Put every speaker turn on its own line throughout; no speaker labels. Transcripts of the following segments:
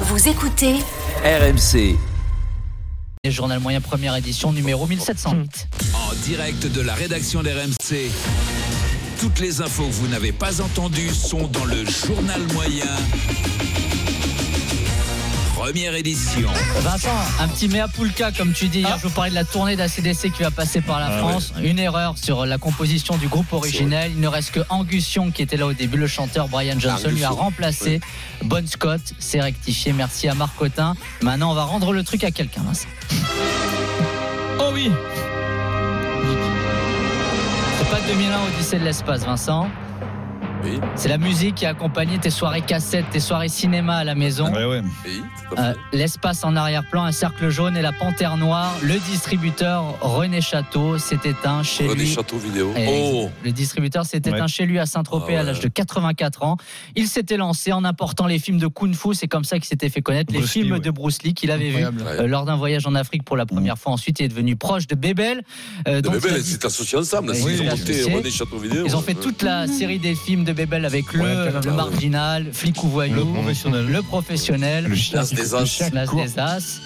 Vous écoutez
RMC,
Et Journal moyen première édition numéro 1708.
en direct de la rédaction d'RMC. Toutes les infos que vous n'avez pas entendues sont dans le journal moyen. Première édition.
Vincent, un petit mea pulca comme tu dis. Hier,
Ah.
je vous parlais de la tournée d'ACDC qui va passer par la France. Une erreur sur la composition du groupe originel. Il ne reste que Angus Young qui était là au début. Le chanteur Brian Johnson lui a remplacé. Bon Scott, c'est rectifié. Merci à Marc Cotin. Maintenant, on va rendre le truc à quelqu'un. Vincent.
Oh oui
C'est pas 2001 Odyssée de l'espace, Vincent.
Oui.
C'est la musique qui a accompagné tes soirées cassettes, tes soirées cinéma à la maison.
Oui, tout à
Euh,
fait.
L'espace en arrière-plan, un cercle jaune et la panthère noire. Le distributeur René Château s'est éteint chez
René
lui.
Château Vidéo.
Eh,
Oh
Le distributeur s'est éteint chez lui à Saint-Tropez à
Ah ouais.
l'âge de 84 ans. Il s'était lancé en important les films de Kung Fu, c'est comme ça qu'il s'était fait connaître, les
Bruce Lee,
films
ouais. Mm.
de Bruce Lee qu'il avait vus
Ouais.
euh, lors d'un voyage en Afrique pour la première fois. Ensuite, il est devenu proche de Bébel. euh,
Les
dont il a
bébés,
dit-
c'est associé ensemble.
Oui,
ils ont
oui,
monté
associé.
René Château Vidéo. euh,
ils ont fait toute la série des films de Bébel avec le,
Ouais,
euh, le
ouais.
marginal, flic ou voyou,
Le professionnel.
le professionnel,
L'as des As.
L'As des As.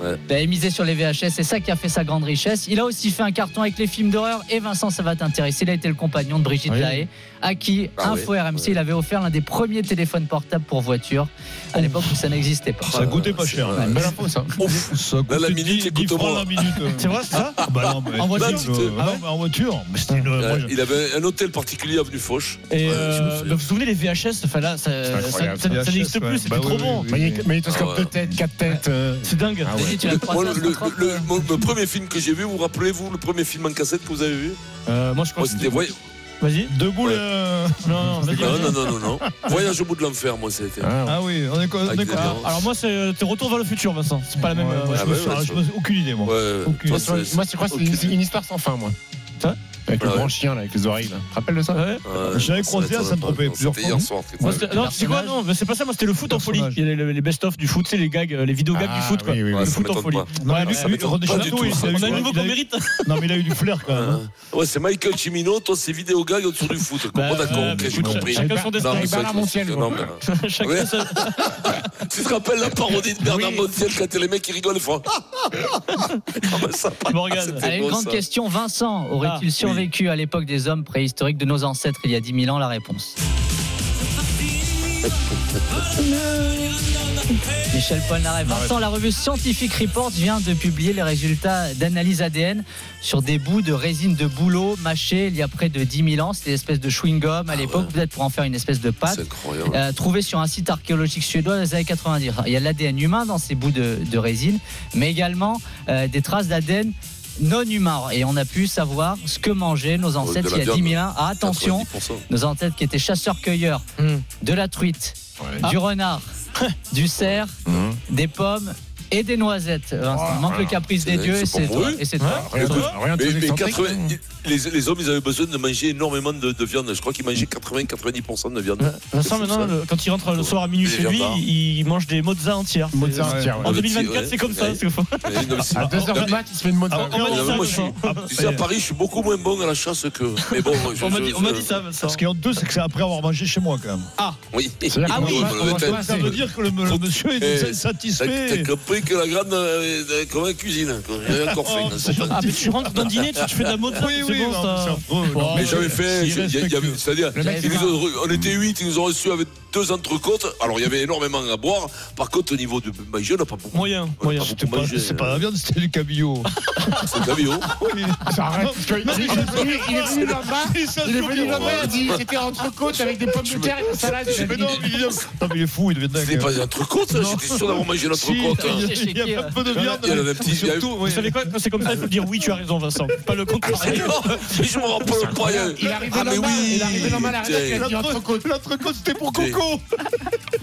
Ouais.
Ben, misé sur les VHS, c'est ça qui a fait sa grande richesse. Il a aussi fait un carton avec les films d'horreur et Vincent, ça va t'intéresser. Il a été le compagnon de Brigitte
Oui.
Lahaye, à qui
Ah
Info
oui,
RMC,
ouais.
il avait offert l'un des premiers téléphones portables pour voiture à l'époque où ça n'existait pas.
Ça coûtait pas cher.
Ouais.
Une belle info, ça.
Ouf.
Ça coûtait
la minute,
10
écoute au
francs
moins.
la minute. C'est vrai, ça bah non, mais
En voiture.
euh,
Bah, tu te-
ah non, mais en voiture. Mais c'était une. moi,
Euh,
je-
Il avait un hôtel particulier avenue Foch.
Et
Ouais,
euh,
je me souviens.
bah, vous vous souvenez les VHS enfin, là, ça, ça,
incroyable,
ça- ça
VHS,
n'existe
ouais.
plus, c'était
Bah
trop
oui,
bon.
oui, oui.
Magné- Magnétoscope
Ah ouais.
de tête, quatre têtes. euh,
C'est dingue.
Ah
Denis, tu l'as croisé
Moi,
à
le, le-
130,
le- mon- le premier film que j'ai vu, vous vous rappelez-vous le premier film en cassette que vous avez vu
Euh, moi je crois
Moi,
que
c'était
c'était.
Voy-
Vas-y.
Deux boules.
Ouais.
euh,
Non, non, vas-y,
Non,
vas-y.
non, non, non, non. Voyage au bout de l'enfer, moi, ça a été.
Ah oui, on est quoi on est
Avec
quoi-
des
Ah,
viandes.
Alors moi c'est c'est Retour vers le futur, Vincent. C'est pas la même.
ouais,
euh,
moi, je
ah
me
ouais,
souviens,
ouais,
je me- Aucune idée, moi.
Ouais.
Aucune-
Toi,
sur-
c'est-
Moi, c'est quoi C'est
aucune- Ah
une, une histoire sans fin, moi.
Ça
Avec le
Ouais.
grand chien, là, avec les oreilles, là. Tu te rappelles de ça
Ouais.
Ouais,
J'avais
ça
croisé
va être
à Saint-Tropez
un-
plusieurs
c'était
fois.
Hier soir, c'était
Moi,
quoi
c'était- non, c'est quoi Non, mais c'est pas ça. Moi, c'était le foot en folie.
Personnage.
Il y a les, les best-of du foot, c'est les gags, euh, les vidéos gags
Ah,
du foot, quoi.
oui, oui,
Ouais,
oui.
Le
ça
foot en
m'étonne
folie.
pas.
Non,
Ouais,
mais
lui,
lui,
ça m'étonne
René
pas
Château,
du tout,
il
ça.
a eu-
On a le niveau
il a
qu'on
eu-
mérite.
Non, mais il a eu du flair quand même. hein.
Ouais, c'est Michael Cimino, toi c'est vidéo gag autour du foot. Bon,
Bah,
d'accord,
euh,
ok, j'ai
écoute,
compris.
Chacun son destin.
Non, mais
Avec
ça,
Bernard
je-
Montiel,
non,
quoi.
mais-
Chacun son-
Tu te rappelles la parodie de Bernard
Oui.
Montiel quand les mecs qui rigolent ils font Ah, ah ben, ça passe,
Morgane.
c'était
Allez, une
beau,
grande
ça.
question. Vincent,
Ah,
aurait-il
oui.
survécu à l'époque des hommes préhistoriques de nos ancêtres il y a 10 000 ans La réponse. Michel Polnareff.
Ah
Vincent, la revue Scientific Report vient de publier les résultats d'analyse ADN sur des bouts de résine de bouleau mâchés il y a près de 10 000 ans. C'était des espèces de chewing-gum
Ah
à l'époque, peut-être pour en faire une espèce de pâte.
C'est incroyable.
Euh, trouvé sur un site archéologique suédois dans les années 90. Il y a de l'ADN humain dans ces bouts de, de résine, mais également euh, des traces d'ADN non humain. Et on a pu savoir ce que mangeaient nos ancêtres il
de la
y a 10 000
viande.
ans. Ah, attention,
90%.
nos ancêtres qui étaient chasseurs-cueilleurs, de la truite,
Ah.
Ah,
du renard, du cerf,
Hmm.
des pommes. Et des noisettes. Euh, Vincent. Il manque le caprice des
Oh, C'est-
dieux et
c'est
c'est
pour
toi.
vous. hein
Et c'est toi.
Rien de- rien de
Mais,
très
mais
excentrique,
80
hein.
les, les hommes, ils avaient besoin de manger énormément de, de viande. Je crois qu'ils mangeaient 80-90% de viande.
Vincent,
C'est fou,
maintenant,
ça.
le- quand il rentre le soir à minuit
Les
chez lui,
gendarmes.
il il mange des mozzarella entières.
Mozart,
Ouais.
tiens, ouais.
En
Ouais.
2024, c'est comme ça.
Ouais.
c'est fou.
Mais non, mais c'est-
À 2h
Non,
du mat, il se fait une Mozart.
Ah, ouais.
mais moi, je suis-
Ah,
tu sais, à Paris, je suis beaucoup moins bon à la chasse que. Mais bon, je-
On m'a
je-
dit- on m'a
je-
dit ça, Vincent.
Ce qui est honteux, c'est que c'est après avoir mangé chez moi quand même.
Oui.
C'est-à-dire qu'on
Ouais,
mange-
mais
on mange
t'as-
Bah,
pas
Ça
assez.
veut dire que le, le monsieur
Eh,
est
T'as t'as
satisfait.
compris que la grande, euh, euh, comme la cuisine, quoi. j'avais encore faim.
Oh,
hein,
c'est
c'est pas-
Ah, mais tu rentres d'un dîner, tu te fais de la mozzarella.
Oui,
c'est
oui,
bon,
non,
ça.
c'est affreux, non.
Oh,
Mais
ouais.
j'avais fait,
Il
j'ai- il y a- il y avait-
respecte.
c'est-à-dire,
Le mec,
ils
il
nous ont- on était 8, ils nous ont reçus avec deux entrecôtes. Alors il y avait énormément à boire. Par contre, au niveau de manger, on n'a pas beaucoup.
Moyen,
on n'a
moyen.
pas
C'était
beaucoup euh.
pas-
mangé.
C'est pas la viande, c'était du cabillaud.
C'est le cabillaud.
ah,
Ça arrête, parce que il est venu- il est venu là-bas, il est
ah,
venu là-bas, il a dit j'étais entre côtes avec des pommes de terre et des salades. Il a
ah,
Mais
dit,
non, mais il est- non, mais il est fou, il devient
Ce n'est
dingue.
pas des entrecôtes, là. j'étais sûr d'avoir mangé
Si, il
l'entrecôte. hein.
y a- il y a un peu de viande.
Il y en avait un petit- il y a eu-
Surtout,
Vous
oui.
savez quoi Quand c'est comme ça, il faut dire oui, tu as raison, Vincent. Pas le
Mais
contraire.
non, mais je me rappelle pas.
Il est arrivé
Ah, mais
là-bas,
oui,
il est arrivé là-bas à la rédac, il a dit entre
L'entrecôte, l'entrecôte, c'était pour
C'est-
Coco.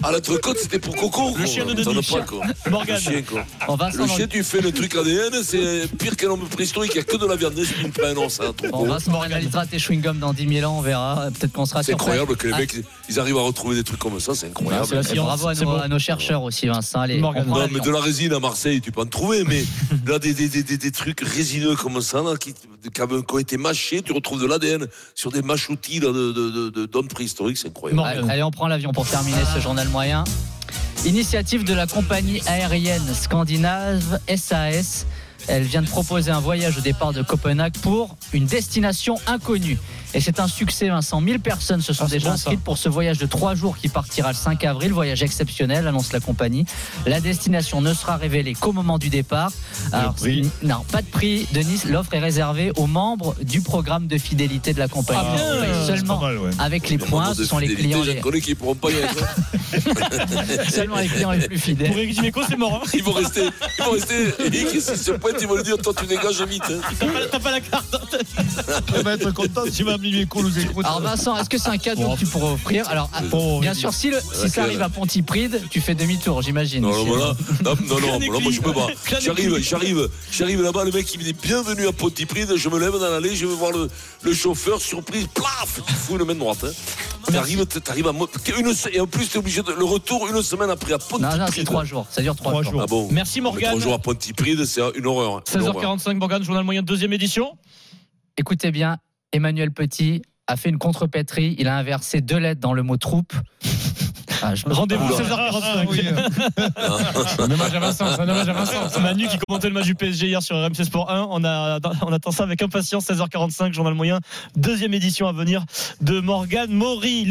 À Ah, l'entrecôte, c'était pour Coco. quoi.
chien de
T'en as
Denis.
pas, quoi. Le
Morgane.
chien, quoi.
En Vincent,
Le
dans-
chien, tu fais le truc ADN, c'est pire qu'un homme préhistorique. Il n'y a que de la viande. Je me plains, non, c'est hein,
Bon,
un troupeau.
Vincent, on analysera tes chewing-gums dans 10 000 ans, on verra. Peut-être qu'on sera
C'est
Ah, sur place.
incroyable que les mecs, ils arrivent à retrouver des trucs comme ça. C'est incroyable.
C'est la
Et
science,
bravo à
c'est
nos,
bon.
à nos chercheurs aussi, Vincent. Allez,
Morgane.
on prend
Non,
l'avion.
mais de la résine à Marseille, tu peux en trouver, mais là, des, des, des, des, des trucs résineux comme ça, là, qui, qui, avaient- qui ont été mâchés, tu retrouves de l'ADN sur des
bah,
mâchoutis là, de, de, de, de- d'hommes préhistoriques, c'est incroyable.
Morgane.
Allez, on prend l'avion pour terminer ce journal moyen. Initiative de la compagnie aérienne scandinave SAS. Elle vient de proposer un voyage au départ de Copenhague pour une destination inconnue. Et c'est un succès, Vincent. 1000 personnes se sont
Ah, c'est
déjà
bon, ça.
inscrites pour ce voyage de 3 jours qui partira le 5 avril. Voyage exceptionnel, annonce la compagnie. La destination ne sera révélée qu'au moment du départ. Alors,
prix.
c'est- Non, pas de prix, Denis. L'offre est réservée aux membres du programme de fidélité de la compagnie.
Ah, bien.
Et
C'est
seulement avec les points, ce sont les clients
J'en
les-
connais qui pourront pas y être. hein.
seulement les clients les plus fidèles.
Pour Eric Dimeco, c'est mort. hein.
Ils vont rester. Ils vont rester. Eric, s'ils se pointent, ils vont lui dire Toi, tu dégages vite. hein.
T'as pas, t'as pas la carte.
Tu vas être content si ma mimi Eco nous écoute.
Alors Vincent, est-ce que c'est un cadeau que tu pourrais offrir Alors ah,
Oh,
bien sûr, si, le- si ça arrive à Pontypride, tu fais demi-tour, j'imagine.
Non, non, voilà. Non, non, non,
Clan
voilà, moi je peux pas.
Clan
J'arrive, j'arrive, j'arrive là-bas, le mec il me dit bienvenue à Pontypride, je me lève dans l'allée, je vais voir le, le chauffeur, surprise, plaf, il fout une main droite. Hein. T'arrives, t'arrives à mo- une, se- et en plus t'es obligé de le retour une semaine après à
Non, non, c'est
Pontypride.
trois jours. Ça dure trois,
Trois
jours.
jours.
Ah bon
Merci
Mais
Morgane.
Trois jours à Pontypride, c'est une horreur. hein, une horreur.
16h45, Morgane, journal moyen, deuxième édition.
Écoutez bien, Emmanuel Petit a fait une contrepétrie. Il a inversé deux lettres dans le mot troupe. Ah, je me-
Rendez-vous
Ah,
16h45.
euh.
C'est un hommage à Vincent, c'est un hommage à Vincent.
C'est Manu qui commentait le match du PSG hier sur RMC Sport 1. On, a, on attend ça avec impatience. 16h45, journal moyen, deuxième édition à venir de Morgane Maury.